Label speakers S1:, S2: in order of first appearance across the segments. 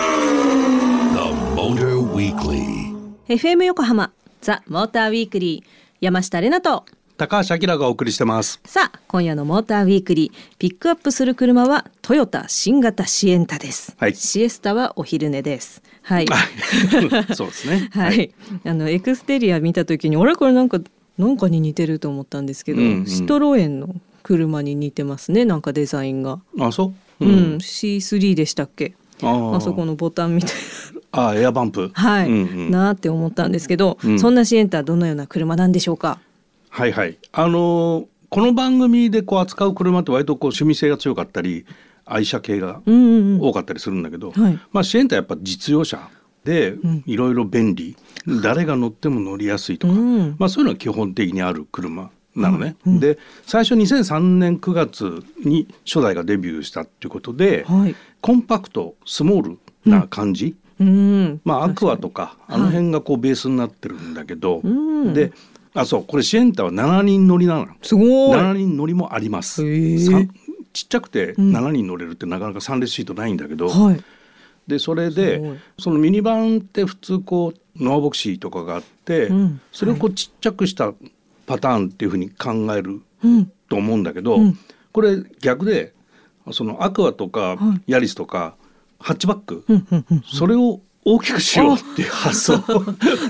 S1: The Motor Weekly.
S2: FM 横浜ザ・モーターウィークリー山下れなと
S3: 高橋明がお送りしてます。
S2: さあ今夜のモーターウィークリーピックアップする車はトヨタ新型シエンタです、
S3: はい
S2: シエスタはお昼寝ですはい
S3: そうですね。
S2: はい、あのエクステリア見た時にあれこれなんかなんかに似てると思ったんですけど、
S3: うんうん
S2: シトロエンの車に似てますねなんかデザインが
S3: あ、そうう。
S2: ん、。C3 でしたっけ
S3: あー
S2: あそこ。のボタンみたい
S3: あ、エアバンプ。
S2: なはい、
S3: うんうん
S2: なーって思ったんですけど、
S3: うん
S2: そんなシエンタはどのような車なんでしょうか
S3: はいはい。あのーこの番組でこう扱う車って割とこう趣味性が強かったり、愛車系が
S2: うんうんうん
S3: 多かったりするんだけど、
S2: はい
S3: まあシエンタはやっぱ実用車で
S2: ん
S3: いろいろ便利、誰が乗っても乗りやすいとか、
S2: うん
S3: まあそういうのは基本的にある車。なのね、
S2: うんうん
S3: で最初2003年9月に初代がデビューしたっていうことで、
S2: はい
S3: コンパクトスモールな感じ、
S2: うん、
S3: まあ、アクアとか
S2: か
S3: あ
S2: に
S3: の辺がこうベースになってるんだけど、
S2: うん
S3: であそうこれシエンタは7人乗りなの
S2: すごい。
S3: 7人乗りもあります、
S2: へー
S3: さんちっちゃくて
S2: ん
S3: 7人乗れるってなかなか3列シートないんだけど、
S2: はい。
S3: でそれ
S2: すごい
S3: でそのミニバンって普通こうノアボクシーとかがあって、
S2: うん
S3: それをこうちっちゃくしたパターンっていうふうに考える
S2: うん。
S3: と思うんだけど、
S2: うん
S3: これ逆でそのアクアとか
S2: は
S3: ヤリスとかハッチバック、
S2: うんうん うん。
S3: それを大きくしようっていう発想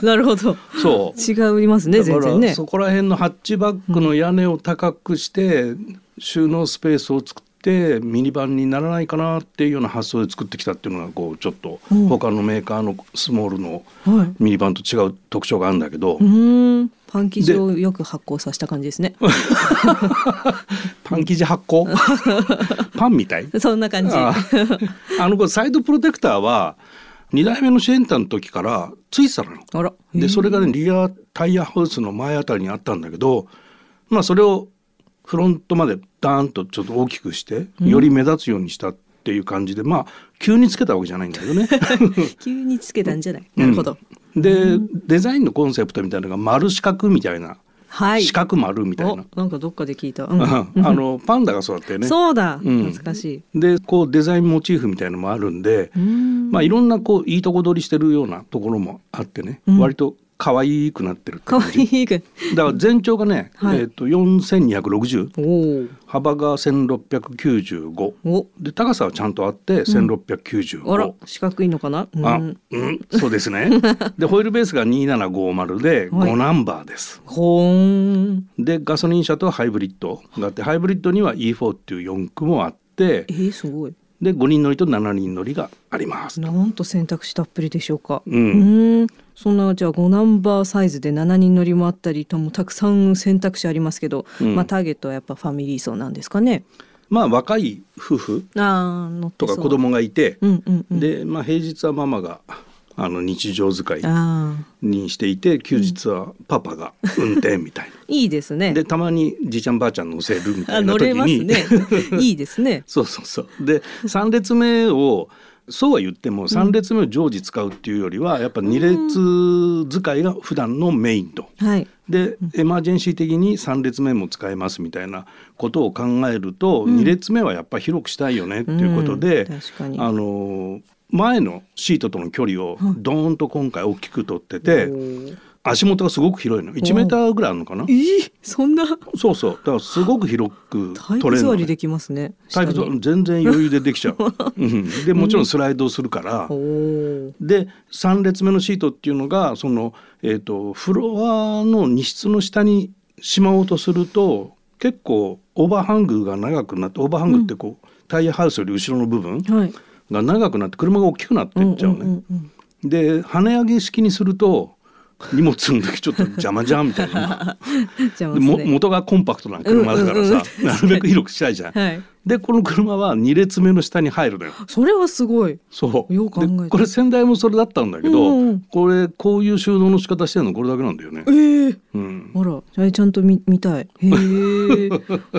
S2: なるほど。
S3: そう
S2: 違いますね、
S3: だ
S2: 全
S3: か
S2: 然
S3: ら
S2: ね。
S3: そこら辺のハッチバックの屋根を高くして収納スペースを作ってミニバンにならないかなっていうような発想で作ってきたっていうのがこうちょっと
S2: うん
S3: 他のメーカーのスモールの
S2: はい。
S3: ミニバンと違う特徴があるんだけど
S2: うーん。パン生地をよく発酵させた感じですね。
S3: パン生地発 酵パンみたい
S2: そんな感じ。
S3: あーあのこれサイドプロテクターは2代目のシェンタの時からついてたのよ。
S2: あら。
S3: でそれ
S2: が。
S3: がねリアタイヤハウスの前あたりにあったんだけどまあそれをフロントまでダーンとちょっと大きくしてより目立つようにしたっていう感じで、まあ急につけたわけじゃないんだけど ね。
S2: 急につけたんじゃない。なるほど。
S3: うんでデザインのコンセプトみたいなのが丸四角みたいな、
S2: はい。
S3: 四角丸みたいな
S2: お、なんかどっかで聞いた。うん
S3: あのパンダがそうだったよね。
S2: そうだ。
S3: うん
S2: 懐かしい。
S3: でこうデザインモチーフみたいのもあるんで、
S2: うーん。
S3: まあいろんなこういいとこ取りしてるようなところもあってね、
S2: うん
S3: 割と可愛くなってるって
S2: か
S3: 感
S2: わ
S3: じ
S2: いいぐ。
S3: だから全長がね、
S2: はい
S3: えっ、と4260
S2: おー
S3: 幅が1695
S2: お。
S3: で高さはちゃんとあって1695、
S2: あら。四角いのかな。う
S3: あ
S2: ん。
S3: うん、そうですねでホイールベースが2750で
S2: はい
S3: 5ナンバーです、
S2: ほーん。
S3: でガソリン車とハイブリッドがあってハイブリッドには E4 っていう4駆もあって
S2: えー、すごい。
S3: で5人乗りと7人乗りがあります
S2: なんと選択肢たっぷりでしょうか。
S3: うん
S2: うーんそんなじゃあ5ナンバーサイズで7人乗りもあったりともたくさん選択肢ありますけど、
S3: うん
S2: まあターゲットはやっぱファミリー層なんですかね。
S3: まあ若い夫婦
S2: あー乗って
S3: と
S2: そ
S3: か
S2: う
S3: 子供がいて、
S2: うんうんうん。
S3: で、まあ、平日はママがあの日常使い
S2: ああ
S3: にしていて休日はパパが運転みたいな。
S2: いいですね
S3: で。たまにじいちゃんばあちゃん乗せるみた
S2: あ
S3: いな
S2: 乗
S3: 時に
S2: れますね。 いいですね。
S3: そうそうそうで3列目をそうは言っても3列目を常時使うっていうよりはやっぱ2列使いが普段のメインと。
S2: はい。
S3: でエマージェンシー的に3列目も使えますみたいなことを考えると、
S2: ん
S3: 2列目はやっぱ広くしたいよねっていうことで、
S2: うん確かに
S3: あの前のシートとの距離をドーンと今回大きく取ってて、
S2: おー
S3: 足元がすごく広いの1メーターぐらいあるのかな
S2: えー、そんな
S3: そうそうだからすごく広く
S2: 体
S3: 取れ
S2: 育
S3: る
S2: 座
S3: のね、
S2: りできますね。
S3: タイプ
S2: 下に
S3: 全然余裕でできちゃ う、うん、でもちろんスライドするから、
S2: おお。
S3: で3列目のシートっていうのがその、えー、とフロアの荷室の下にしまおうとすると結構オーバーハングが長くなってオーバーハングってこう、タイヤハウスより後ろの部分
S2: はい。
S3: が長くなって車が大きくなってっちゃうね。
S2: んんうん
S3: で跳ね上げ式にすると荷物の時ちょっと邪魔じゃんみたいな
S2: うん。じゃあ
S3: でも元がコンパクトな車だからさ、
S2: うんうんうん
S3: なるべく広くしたいじゃん。
S2: はい。
S3: でこの車は2列目の下に入るのよ。
S2: それはすごい。
S3: そう
S2: よう考えた
S3: でこれ先代もそれだったんだけど、
S2: うんうん
S3: これこういう収納の仕方してるのこれだけなんだよね
S2: ええ。
S3: うん、
S2: あら、あれちゃんと見見たい。へえ。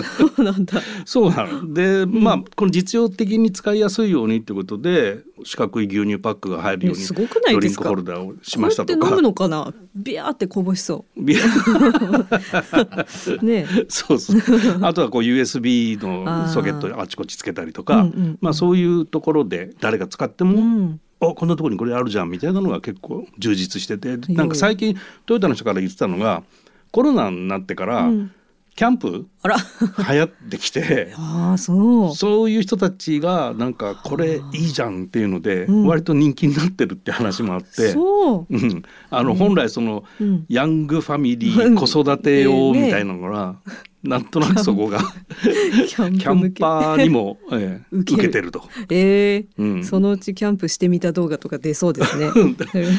S2: そうなんだ。
S3: そうなので、まあこの実用的に使いやすいようにってことで四角い牛乳パックが入るよう
S2: え
S3: に
S2: すごくない
S3: ドリ
S2: で
S3: ン
S2: す
S3: ク
S2: か
S3: ホルダーをしましたと
S2: これって飲
S3: か
S2: むのかな。ビャーってこぼしそ
S3: ビア
S2: う。ねえ。
S3: そう そうあとはこう USB
S2: あ
S3: の
S2: ー
S3: ソケットにあちこちつけたりとか、
S2: うんうんうん
S3: まあ、そういうところで誰が使っても、
S2: うん。
S3: あこんなところにこれあるじゃんみたいなのが結構充実してて
S2: い
S3: なんか最近トヨタの人から言ってたのがコロナになってから、
S2: うん
S3: キャンプ
S2: あら。
S3: 流行ってきて
S2: ああ、 そう。
S3: そういう人たちがなんかこれいいじゃんっていうので、
S2: うん
S3: 割と人気になってるって話もあって。
S2: そ
S3: う
S2: う。
S3: ん、あの本来その、
S2: うん
S3: ヤングファミリ
S2: うん
S3: ー子育て用
S2: ええね
S3: みたいなのが、なんとなくそこが
S2: キャン
S3: キャン
S2: プ向
S3: パーに も、ええ
S2: 受け
S3: 受け
S2: る
S3: てると。
S2: け。ええ
S3: うん
S2: そのうちキャンプしてみた動画とか出そうで すね。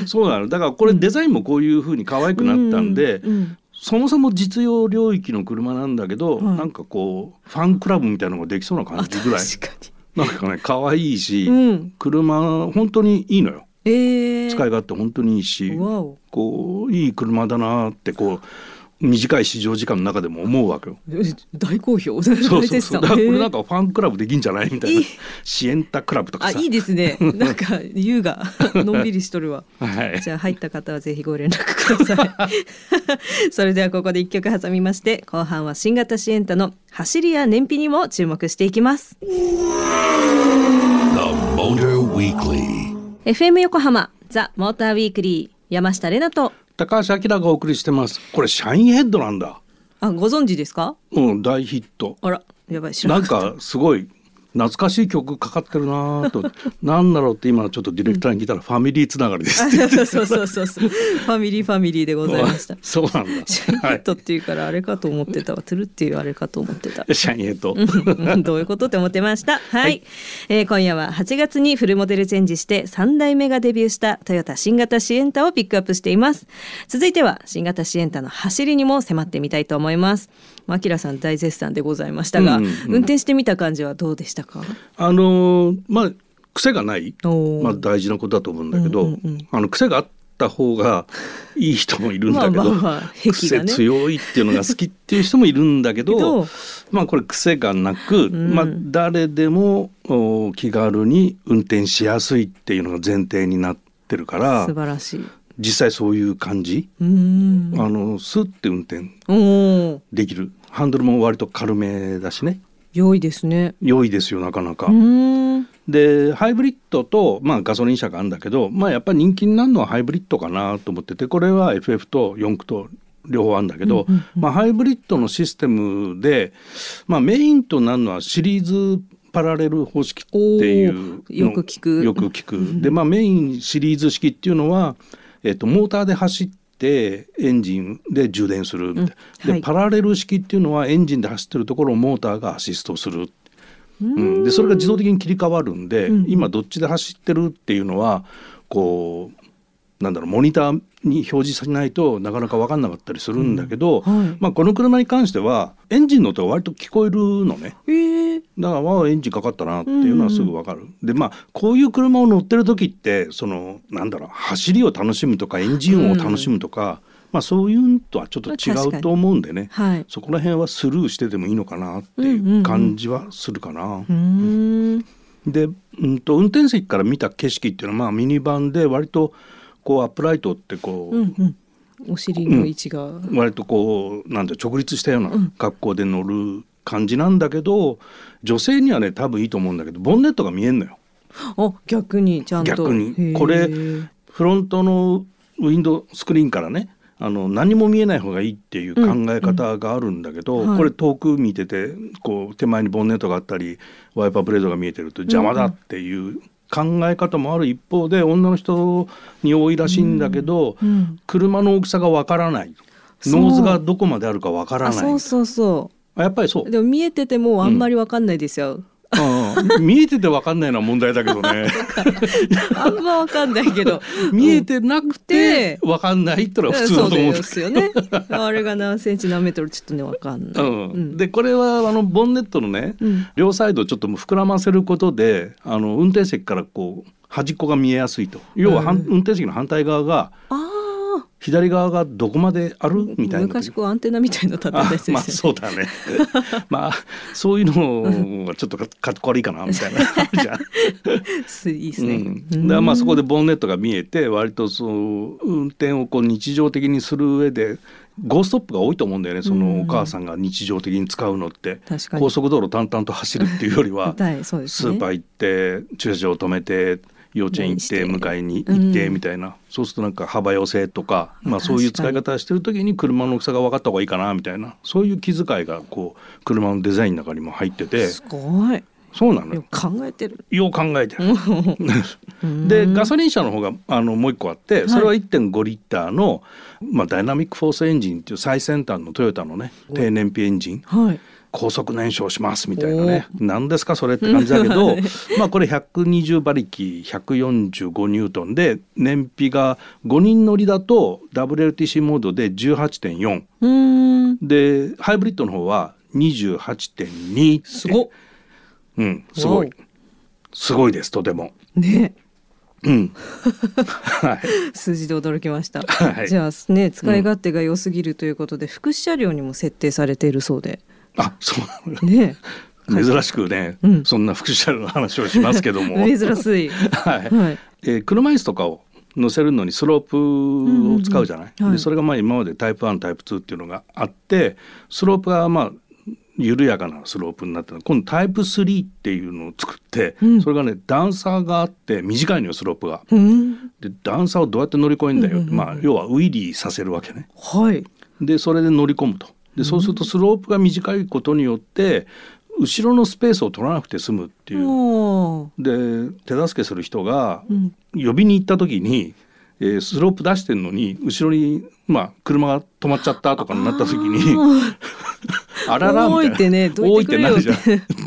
S3: そうなのだからこれデザインもこういうふうに可愛くなったんで、
S2: うんうん
S3: そもそも実用領域の車なんだけど、
S2: はい
S3: なんかこうファンクラブみたいなのができそうな感
S2: あ、
S3: じ
S2: 確
S3: ぐ
S2: から
S3: いなんかね可愛いし、
S2: に。うん。
S3: 車本当にいいのよ
S2: ええ
S3: 使い勝手本当にいいし、
S2: わお。
S3: こういい車だなってこう短い試乗時間の中でも思うわ けよ。
S2: え大好評。
S3: そう
S2: 大
S3: そう
S2: 絶
S3: そう
S2: 賛。
S3: だからこれなん
S2: か。
S3: かファンクラブできんじゃないみたい
S2: い
S3: ない支援タクラブと
S2: あ、
S3: かさ
S2: いいで すね。なんか優雅、のんびりしとるわ。
S3: はい
S2: じゃあ入った方はぜひご連絡くださ い。それではここで一曲挟みまして、後半は新型シエンタの走りや燃費にも注目していきます。
S1: The Motor Weekly.
S2: FM 横浜ザ・モーターウィークリー山下れなと
S3: 高橋明がお送りしてますこれシャインヘッドなんだ
S2: あご存知ですか？
S3: うん大ヒット
S2: あらやばい知
S3: な
S2: ら
S3: ん
S2: な かっ
S3: かすごい懐かしい曲かかってるなぁと なんだろうって今ちょっとディレクターに聞いたらファミリーつながりです
S2: た。
S3: っ
S2: あ
S3: て
S2: そうそうそうそうそうファミリーファミリーでございました。
S3: そうなんだ
S2: シャインヘ
S3: は
S2: ッドっていうからあれかと思ってたわ、トゥルっていうあれかと思ってた
S3: い。シャインヘッド
S2: うん どういうことって思ってました。はい、えー今夜は8月にフルモデルチェンジして3代目がデビューしたトヨタ新型シエンタをピックアップしています。続いては新型シエンタの走りにも迫ってみたいと思います。まあアキラさん大絶賛でございましたが、
S3: うんうんうん
S2: 運転してみた感じはどうでしたか？
S3: あのーまあ癖がない、
S2: おー
S3: まあ、大事なことだと思うんだけど、
S2: うんうんうん
S3: あの癖があった方がいい人もいるんだけど
S2: まあまあまあ癖が
S3: 癖
S2: ね
S3: 強いっていうのが好きっていう人もいるんだけ
S2: け
S3: ど
S2: ど
S3: まあこれ癖がなく、
S2: ん
S3: まあ、誰でもお気軽に運転しやすいっていうのが前提になってるから
S2: 素晴らしい。
S3: 実際そういう感じ、
S2: うーん。
S3: あのスッて運転
S2: おお
S3: できるハンドルも割と軽めだしね
S2: 良いですね。
S3: 良いですよなかなか。
S2: うーん。
S3: でハイブリッドと、まあ、ガソリン車があるんだけど、まあ、やっぱり人気になるのはハイブリッドかなと思っててこれは FF と4駆と両方あるんだけど、
S2: うんうんうん
S3: まあ、ハイブリッドのシステムで、まあ、メインとなるのはシリーズパラレル方式っていう
S2: おーよく聞く
S3: よく聞く。で、まあ、メインシリーズ式っていうのは、えっとモーターで走ってエンジンで充電するみたいな、
S2: うんはい
S3: でパラレル式っていうのはエンジンで走ってるところをモーターがアシストするうん、でそれが自動的に切り替わるんで、今どっちで走ってるっていうのはこうなんだろうモニターに表示されないとなかなか分かんなかったりするんだけど、
S2: うんはい
S3: まあ、この車に関してはエンジンの音が割と聞こえるのね
S2: えー、
S3: だからわあエンジンかかったなっていうのはすぐ分かる。でまあこういう車を乗ってる時ってそのなんだろう走りを楽しむとかエンジン音を楽しむとか、まあ、そういうのとはちょっと違
S2: まあ確か
S3: う
S2: に
S3: と思うんでね。
S2: はい。
S3: そこら辺はスルーしてでもいいのかなって
S2: うんうん
S3: いううん感じはするかな
S2: う。ーん。
S3: で、うん、と運転席から見た景色っていうのは、まあ、ミニバンで割とこうアップライトってこう、
S2: うんうん。お尻の位置が。うん
S3: 割とこうなんて直立したような格好で乗る感じなんだけど、女性にはね多分いいと思うんだけどボンネットが見えんのよ。
S2: あ逆にちゃんと
S3: 逆に
S2: へー
S3: これフロントのウィンドスクリーンからねあの何も見えない方がいいっていう考え方があるんだけど、
S2: うんはい
S3: これ遠く見ててこう手前にボンネットがあったりワイパーブレードが見えてると邪魔だっていう考え方もある一方で女の人に多いらしいんだけど、
S2: うん
S3: 車の大きさがわからない
S2: そう
S3: ノーズがどこまであるかわから
S2: あ
S3: な
S2: そ
S3: いう
S2: そうそ
S3: あやっぱりそう
S2: うでも見えててもあんまりわかんないですよ、
S3: うん見えててわかんないのは問題だけどね
S2: あんまわかんないけど
S3: 見えてなくてわかんないってのは普通だと思う
S2: そうですよね あれが何センチ何メートルちょっとねわかんない、
S3: うん、でこれはあのボンネットのね、
S2: うん
S3: 両サイドをちょっと膨らませることであの運転席からこう端っこが見えやすいと要は、はん運転席の反対側が
S2: あ
S3: 左側がどこまであるみたいな
S2: 昔こうアンテナみたいなの立ってた
S3: あ
S2: やつですよ
S3: ま
S2: ね
S3: あそうだねまあそういうのはちょっとかかっこ悪いかなみたい なあるじゃん。
S2: す いいです
S3: う
S2: ね。
S3: ん、でまあそこでボンネットが見えて割とその運転をこう日常的にする上でゴーストップが多いと思うんだよねそ
S2: うん
S3: のお母さんが日常的に使うのって、
S2: 確かに
S3: 高速道路淡々と走るっていうよりは、
S2: はい そうです
S3: ス
S2: ね
S3: ーパー行って駐車場止めて幼稚園行って
S2: うん
S3: 迎えに行っ
S2: う
S3: て
S2: ん
S3: みたいな、そうするとなんか幅寄せとか、まあ、そういう使い
S2: 確
S3: 方してる時に車の大きさが分かった方がいいかなみたいなそういう気遣いがこう車のデザインの中にも入ってて
S2: すごい。
S3: そうなの
S2: よ
S3: よ
S2: く考えてる。
S3: よう考 えてる。
S2: う
S3: で
S2: ん
S3: ガソリン車の方があのもう一個あってそれは1.5リッターの、まあ、ダイナミックフォースエンジンっていう最先端のトヨタのね低燃費エンジン
S2: はい。
S3: 高速燃焼しますみたいなね何ですかそれって感じだけ どまあこれ120馬力145ニュートンで燃費が5人乗りだと WLTC モードで18.4
S2: うーん。
S3: でハイブリッドの方は28.2
S2: すごっ
S3: っ。うんすごい
S2: わ
S3: すごいですとても
S2: ね。
S3: うん。はい
S2: 数字で驚きました。
S3: はい
S2: じゃあね使い勝手が良すぎるということで、福祉車両にも設定されているそ うで。
S3: あそうなのよ
S2: ね。
S3: 珍しくね、
S2: うん
S3: そんな福祉車両の話をしますけども、
S2: 珍しい。
S3: はい
S2: はい
S3: えー車椅子とかを乗せるのにスロープを使うじゃない、
S2: うんうんうんはい
S3: でそれがまあ今までタイプ1タイプ2っていうのがあってスロープがまあ緩やかなスロープになってる今度タイプ3っていうのを作って、
S2: うん
S3: それがね段差があって短いのよスロープが。
S2: うん。
S3: で段差をどうやって乗り越えんだよ、
S2: うんうんうん
S3: まあ、要はウィリーさせるわけね。
S2: はい。
S3: でそれで乗り込むとでそうするとスロープが短いことによって後ろのスペースを取らなくて済むっていう
S2: も
S3: で手助けする人が
S2: う。うん。
S3: 呼びに行った時に、えースロープ出してんのに後ろに、まあ、車が止まっちゃったとかになった時に あららみ
S2: 置
S3: たい
S2: い
S3: な
S2: てね、ど
S3: お
S2: う
S3: ー
S2: い
S3: い
S2: てくれ
S3: な
S2: よ
S3: る
S2: っ
S3: じ
S2: て
S3: ゃん。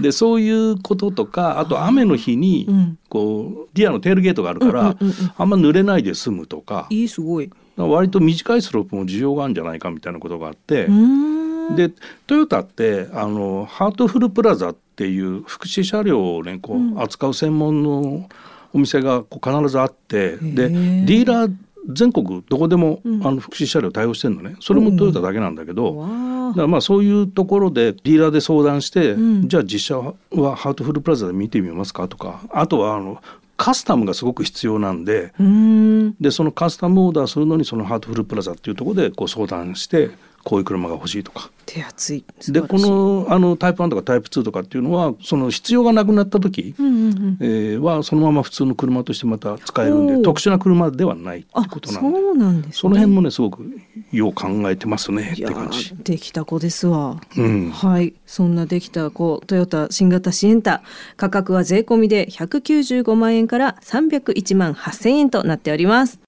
S3: でそういうこととかあと雨の日に、
S2: うん
S3: こうリアのテールゲートがあるから、
S2: うんうんうんうん
S3: あんま濡れないで済むとか
S2: いいすごい。
S3: 割と短いスロープも需要があるんじゃないかみたいなことがあって。
S2: うーん。
S3: でトヨタってあのハートフルプラザっていう福祉車両をねこう、
S2: うん
S3: 扱う専門のお店がこう必ずあってでデ
S2: ー
S3: ィーラー全国どこでも、
S2: うん
S3: あの福祉車両対応してるのねそれもトヨタだけなんだけど、
S2: わ
S3: だ
S2: あ
S3: か。らまあそういうところでディーラーで相談して、
S2: うん
S3: じゃあ実車はハートフルプラザで見てみますかとかあとはあのカスタムがすごく必要なんで、
S2: うーん。
S3: でそのカスタムオーダーするのにそのハートフルプラザっていうところでこう相談してこういう車が欲しいとか
S2: 手厚い。素晴
S3: で
S2: らしい
S3: こ。のあのタイプ1とかタイプ2とかっていうのはその必要がなくなった時、
S2: うんうんうん。
S3: えーはそのまま普通の車としてまた使えるん
S2: おー
S3: で特殊な車ではないって
S2: あ
S3: ことなんで
S2: そうなんです、ね。
S3: その辺もねすごくよう考えてますねっ
S2: い
S3: て
S2: や
S3: 感じ。
S2: できた子ですわ。
S3: うん、
S2: はい、そんなできた子トヨタ新型シエンタ価格は税込みで195万円から301万8000円となっております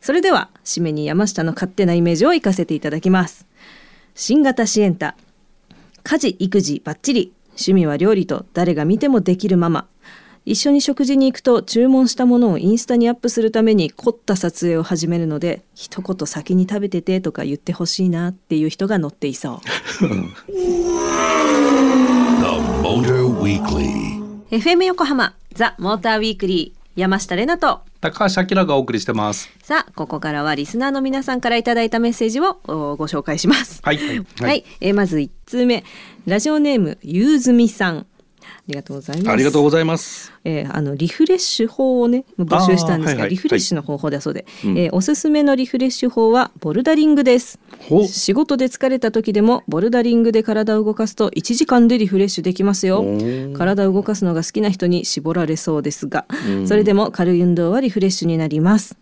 S2: それでは締めに山下の勝手なイメージを活かせていただきます新型シエンタ家事育児バッチリ趣味は料理と誰が見てもできるママ一緒に食事に行くと注文したものをインスタにアップするために凝った撮影を始めるので一言先に食べててとか言ってほしいなっていう人が乗っていそう
S1: The Motor Weekly.
S2: FM 横浜ザ・モーターウィークリー山下れなと
S3: 高橋明がお送りしてます。
S2: さあここからはリスナーの皆さんからいただいたメッセージをおご紹介します
S3: はい
S2: はい、
S3: はい
S2: えーまず1通目ラジオネームゆうずみさんありがとうございます
S3: ありがとうございます。
S2: えーあのリフレッシュ法をね募集したんで
S3: あーは
S2: すが、
S3: いはい
S2: リフレッシュの方法だそうで、
S3: うん
S2: えーおすすめのリフレッシュ法はボルダリングです
S3: ほ
S2: 仕事で疲れた時でもボルダリングで体を動かすと1時間でリフレッシュできますよ
S3: おー
S2: 体を動かすのが好きな人に絞られそうですが、それでも軽い運動はリフレッシュになります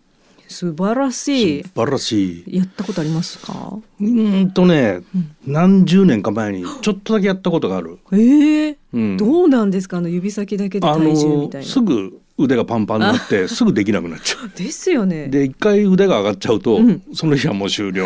S2: 素晴らしい
S3: 素晴らしい。
S2: やったことありますか
S3: うーんとね、何十年か 前にちょっとだけやったことがある。
S2: えー
S3: うん
S2: どうなんですかあの指先だけで
S3: あ
S2: 体重み
S3: の
S2: たいな、
S3: すぐ腕がパンパンになってすぐできなくなっちゃう。
S2: ですよね
S3: で一回腕が上がっちゃうと、
S2: うん
S3: その日はもう終了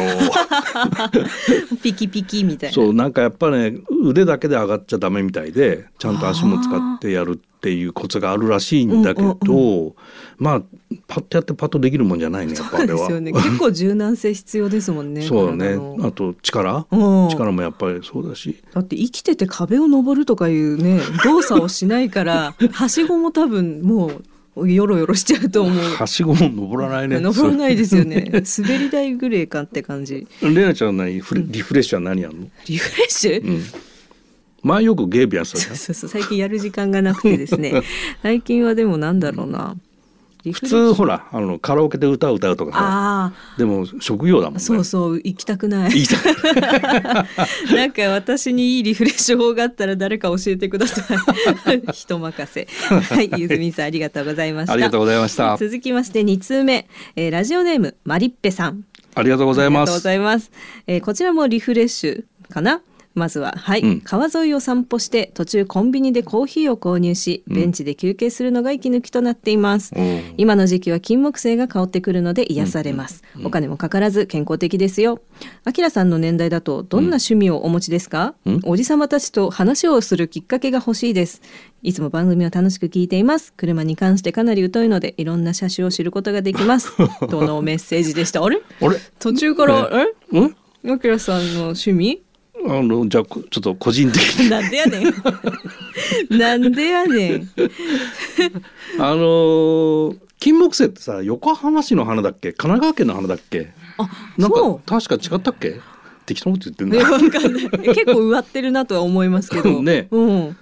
S2: ピキピキみたいな
S3: そうなんかやっぱね腕だけで上がっちゃダメみたいでちゃんと足も使ってやるっていうコツがあるらしいんだけど、
S2: あーう
S3: まあパッとやってパッとできるもんじゃないねやっぱ
S2: そ
S3: あ
S2: う
S3: れ
S2: で
S3: は
S2: すよね。結構柔軟性必要ですもん ね。
S3: そうだ
S2: 体
S3: ね
S2: の
S3: あと力
S2: うん
S3: 力もやっぱりそうだし
S2: だって生きてて壁を登るとかいうね動作をしないからはしごも多分もうよろよろしちゃうと思う。
S3: はしごも登らないね。。
S2: 登らないですよね滑り台ぐらいかって感じ。
S3: レナちゃんは何フレリフレッシュは何やんの？
S2: リフレッシュ、
S3: うん。前よくゲームやってたじゃん
S2: そう。そうそう最近やる時間がなくてですね最近はでもなんだろうなリ
S3: 普
S2: フレッシュ
S3: 通ほらあのカラオケで歌を歌うとかさ
S2: あ
S3: でも職業だもんね
S2: あそうそう行きたくない
S3: 言いたい
S2: なんか私にいいリフレッシュ法があったら誰か教えてくださ い人任せはいゆずみんさんありがとうございました
S3: ありがとうございました
S2: 続きまして二通目、えーラジオネームマリッペさん
S3: ありがとうござい
S2: ありが
S3: ま
S2: とうご
S3: す
S2: ざいます。えーこちらもリフレッシュかな。まずは、はい、
S3: うん
S2: 川沿いを散歩して、途中コンビニでコーヒーを購入し、ベンチで休憩するのが息抜きとなっています。
S3: うん
S2: 今の時期は金木犀が香ってくるので癒されます、お金もかからず健康的ですよあきらさんの年代だとどんな趣味をお持ちですか、おじさまたちと話をするきっかけが欲しいですいつも番組を楽しく聞いています車に関してかなり疎いのでいろんな車種を知ることができます とのメッセージでしたあれ
S3: あれ
S2: 途中から、え
S3: うん
S2: あきらさんの趣味
S3: あのじゃあこちょっと個人的に
S2: なんでやねん なんでやねん
S3: あのー金木犀ってさ横浜市の花だっけ神奈川県の花だっけ
S2: あ
S3: なん
S2: そう
S3: か確か違ったっけ適当なこと 言ってん
S2: ね、
S3: だ
S2: わかんない結構植わってるなとは思いますけど
S3: ね
S2: うん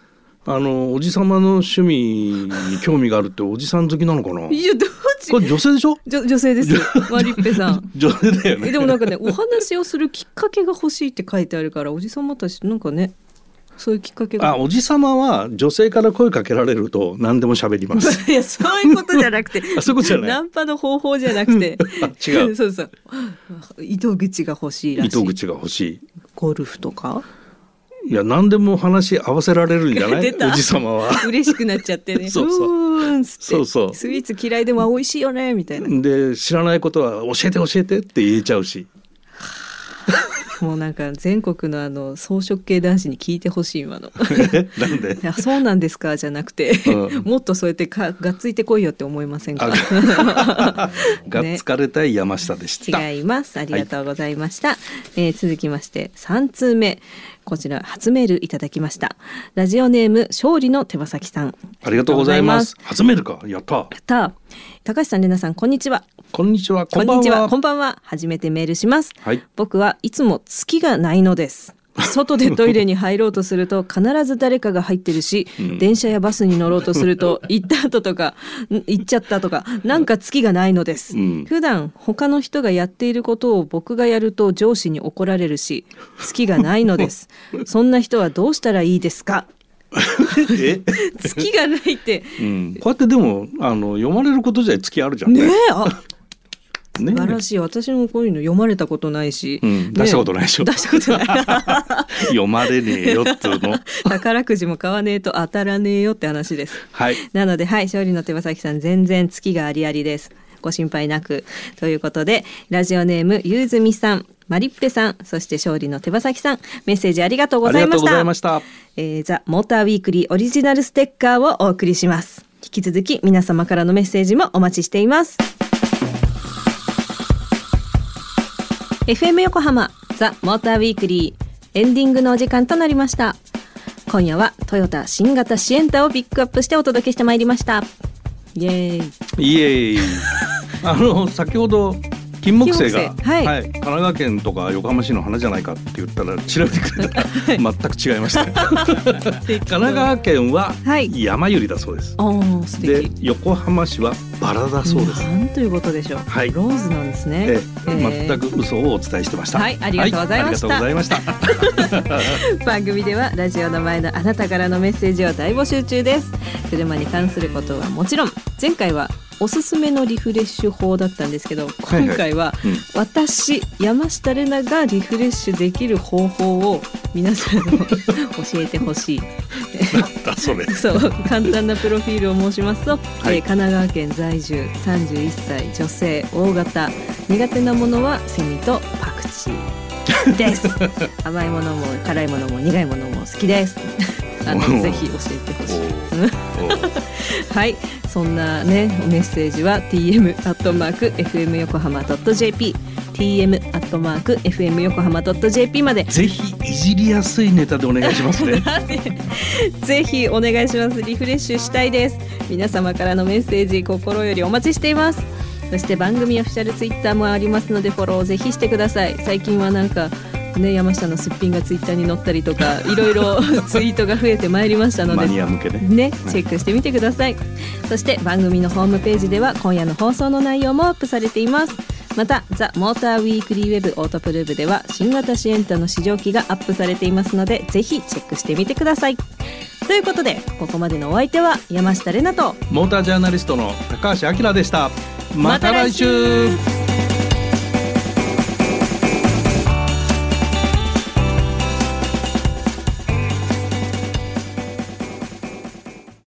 S3: あのおじさまの趣味に興味があるっておじさん好きなのかない
S2: やどっち
S3: これ女性でしょ
S2: 女女性ですよマリッペさん
S3: 女性だよ
S2: え
S3: ね
S2: でもなんかねお話をするきっかけが欲しいって書いてあるからおじさまたちなんかねそういうきっかけ
S3: あ
S2: が
S3: おじさまは女性から声かけられると何でも喋ります
S2: いやそういうことじゃなくて
S3: あそういうことじゃない
S2: ナンパの方法じゃなくて
S3: あ 違う
S2: そうそう糸口が欲しいらしい
S3: 糸口が欲しい
S2: ゴルフとか
S3: いや何でも話合わせられるんじゃない
S2: 出た
S3: おじさまは。
S2: 嬉しくなっちゃってね
S3: そうそう
S2: ーんっつって
S3: そうそう
S2: スイーツ嫌いでも美味しいよねみたいな
S3: で知らないことは教えて教えてって言えちゃうし
S2: もうなんか全国のあの草食系男子に聞いてほしい今 の
S3: なんで
S2: いやそうなんですかじゃなくて、
S3: うん
S2: もっとそうやってかがっついてこいよって思いません か
S3: がっつかれたい山下でした。
S2: 違いますありがとうございました、えー続きまして3通目こちら初メールいただきましたラジオネーム勝利の手羽先さん
S3: ありがとうございます。初めるかやった。
S2: やった高橋さんれなさんこんにちは
S3: こんにちは。
S2: こ
S3: こ
S2: ん
S3: んばん
S2: にちは。
S3: は
S2: こん。ばんは。初めてメールします。
S3: はい
S2: 僕はいつも月がない のです。外でトイレに入ろうとすると必ず誰かが入ってるし、電車やバスに乗ろうとす ると行った後とかん行っちゃったとかなんか月がないのです、
S3: うん
S2: 普段他の人がやっていることを僕がやると上司に怒られるし月がないの ですそんな人はどうしたらいいですか
S3: え、
S2: 月がないって
S3: うん、こうやってでもあの読まれることじゃ付きあるじゃん
S2: ねえ
S3: ね。
S2: あ
S3: ね
S2: 素晴らしい私もこういうの読まれたことないし、
S3: うん出したことないでしょ
S2: ね出したことない
S3: 読まれねえよっつうの。
S2: 宝くじも買わねえと当たらねえよって話です。
S3: はい。
S2: なので、はい、勝利の手羽先さん、全然月がありありです。ご心配なく。ということで、ラジオネーム、ゆうずみさん、マリッペさん、そして勝利の手羽先さん、メッセージありがとうご
S3: あ
S2: ざ
S3: り
S2: い
S3: が
S2: ま
S3: とう
S2: し
S3: ござ
S2: た
S3: いま。した。
S2: えー、ザ・モーターウィークリーオリジナルステッカーをお送りします。引き続き皆様からのメッセージもお待ちしています。FM 横浜ザ・モーターウィークリーエンディングのお時間となりました。今夜はトヨタ新型シエンタをピックアップしてお届けしてまいりました。イエーイ。
S3: イエーイ。 あの先ほど金木犀が
S2: 金木犀は
S3: 神
S2: い
S3: 奈川県とか横浜市の花じゃないかって言ったら調べてくれたら全く違いま した。神奈川県は
S2: はい
S3: 山百合だそうです。
S2: おお素
S3: で
S2: 敵。
S3: 横浜市はバラだそうです。
S2: なんということでしょう。
S3: はい
S2: ローズなんですね。
S3: ええ
S2: えー
S3: 全く嘘をお伝えしてました。
S2: はいありがとうございました
S3: はありがとうございました。
S2: 番組ではラジオの前のあなたからのメッセージを大募集中です車に関することはもちろん前回はおすすめのリフレッシュ法だったんですけ
S3: い
S2: ど
S3: はい
S2: 今回は
S3: うん
S2: 私山下れながリフレッシュできる方法を皆さんの教えてほしい
S3: だそうです。
S2: そう簡単なプロフィールを申しますと、
S3: い
S2: えー神奈川県在住31歳女性大型苦手なものはセミとパクチーです 甘いものも辛いものも苦いものも好きです あ
S3: お
S2: の
S3: ー
S2: ぜひ教えてほしい
S3: おーおー
S2: はい、そんなねメッセージは tm アットマーク fm 横浜 .jp tm.fmyokohama.jp まで
S3: ぜひいじりやすいネタでお願いしますね
S2: ぜひお願いしますリフレッシュしたいです皆様からのメッセージ心よりお待ちしていますそして番組オフィシャルツイッターもありますのでフォローをぜひしてください最近はなんかね山下のすっぴんがツイッターに載ったりとかいろいろツイートが増えてまいりましたの
S3: マ
S2: で
S3: ニア向けね
S2: ね、チェックしてみてください。そして番組のホームページでは今夜の放送の内容もアップされています。また、ザ・モーターウィークリーウェブオートプルーブでは新型シエンタの試乗機がアップされていますので、ぜひチェックしてみてください。ということで、ここまでのお相手は山下玲奈と、
S3: モータージャーナリストの高橋明でしたまた来週